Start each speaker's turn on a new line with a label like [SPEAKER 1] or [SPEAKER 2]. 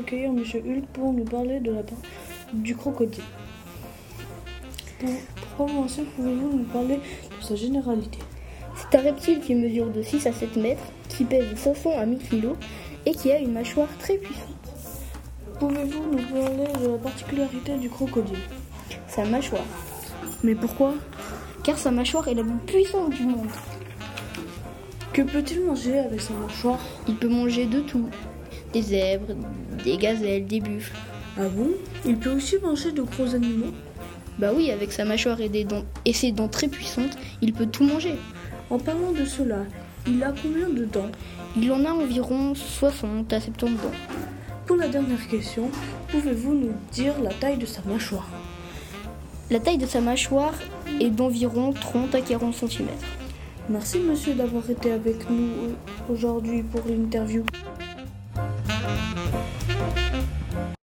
[SPEAKER 1] d'accueillir Monsieur Hulk pour nous parler de la, par- du crocodile. Pour, pour commencer, pouvez-vous nous parler de sa généralité
[SPEAKER 2] C'est un reptile qui mesure de 6 à 7 mètres, qui pèse 500 à 1000 kg et qui a une mâchoire très puissante.
[SPEAKER 1] Pouvez-vous nous parler de la particularité du crocodile
[SPEAKER 2] Sa mâchoire.
[SPEAKER 1] Mais pourquoi
[SPEAKER 2] Car sa mâchoire est la plus puissante du monde.
[SPEAKER 1] Que peut-il manger avec sa mâchoire
[SPEAKER 2] Il peut manger de tout. Des zèbres, des gazelles, des buffles.
[SPEAKER 1] Ah bon Il peut aussi manger de gros animaux
[SPEAKER 2] Bah oui, avec sa mâchoire et, des dents, et ses dents très puissantes, il peut tout manger.
[SPEAKER 1] En parlant de cela, il a combien de dents
[SPEAKER 2] Il en a environ 60 à 70 dents.
[SPEAKER 1] Pour la dernière question, pouvez-vous nous dire la taille de sa mâchoire
[SPEAKER 2] La taille de sa mâchoire est d'environ 30 à 40 cm.
[SPEAKER 1] Merci monsieur d'avoir été avec nous euh, aujourd'hui pour l'interview.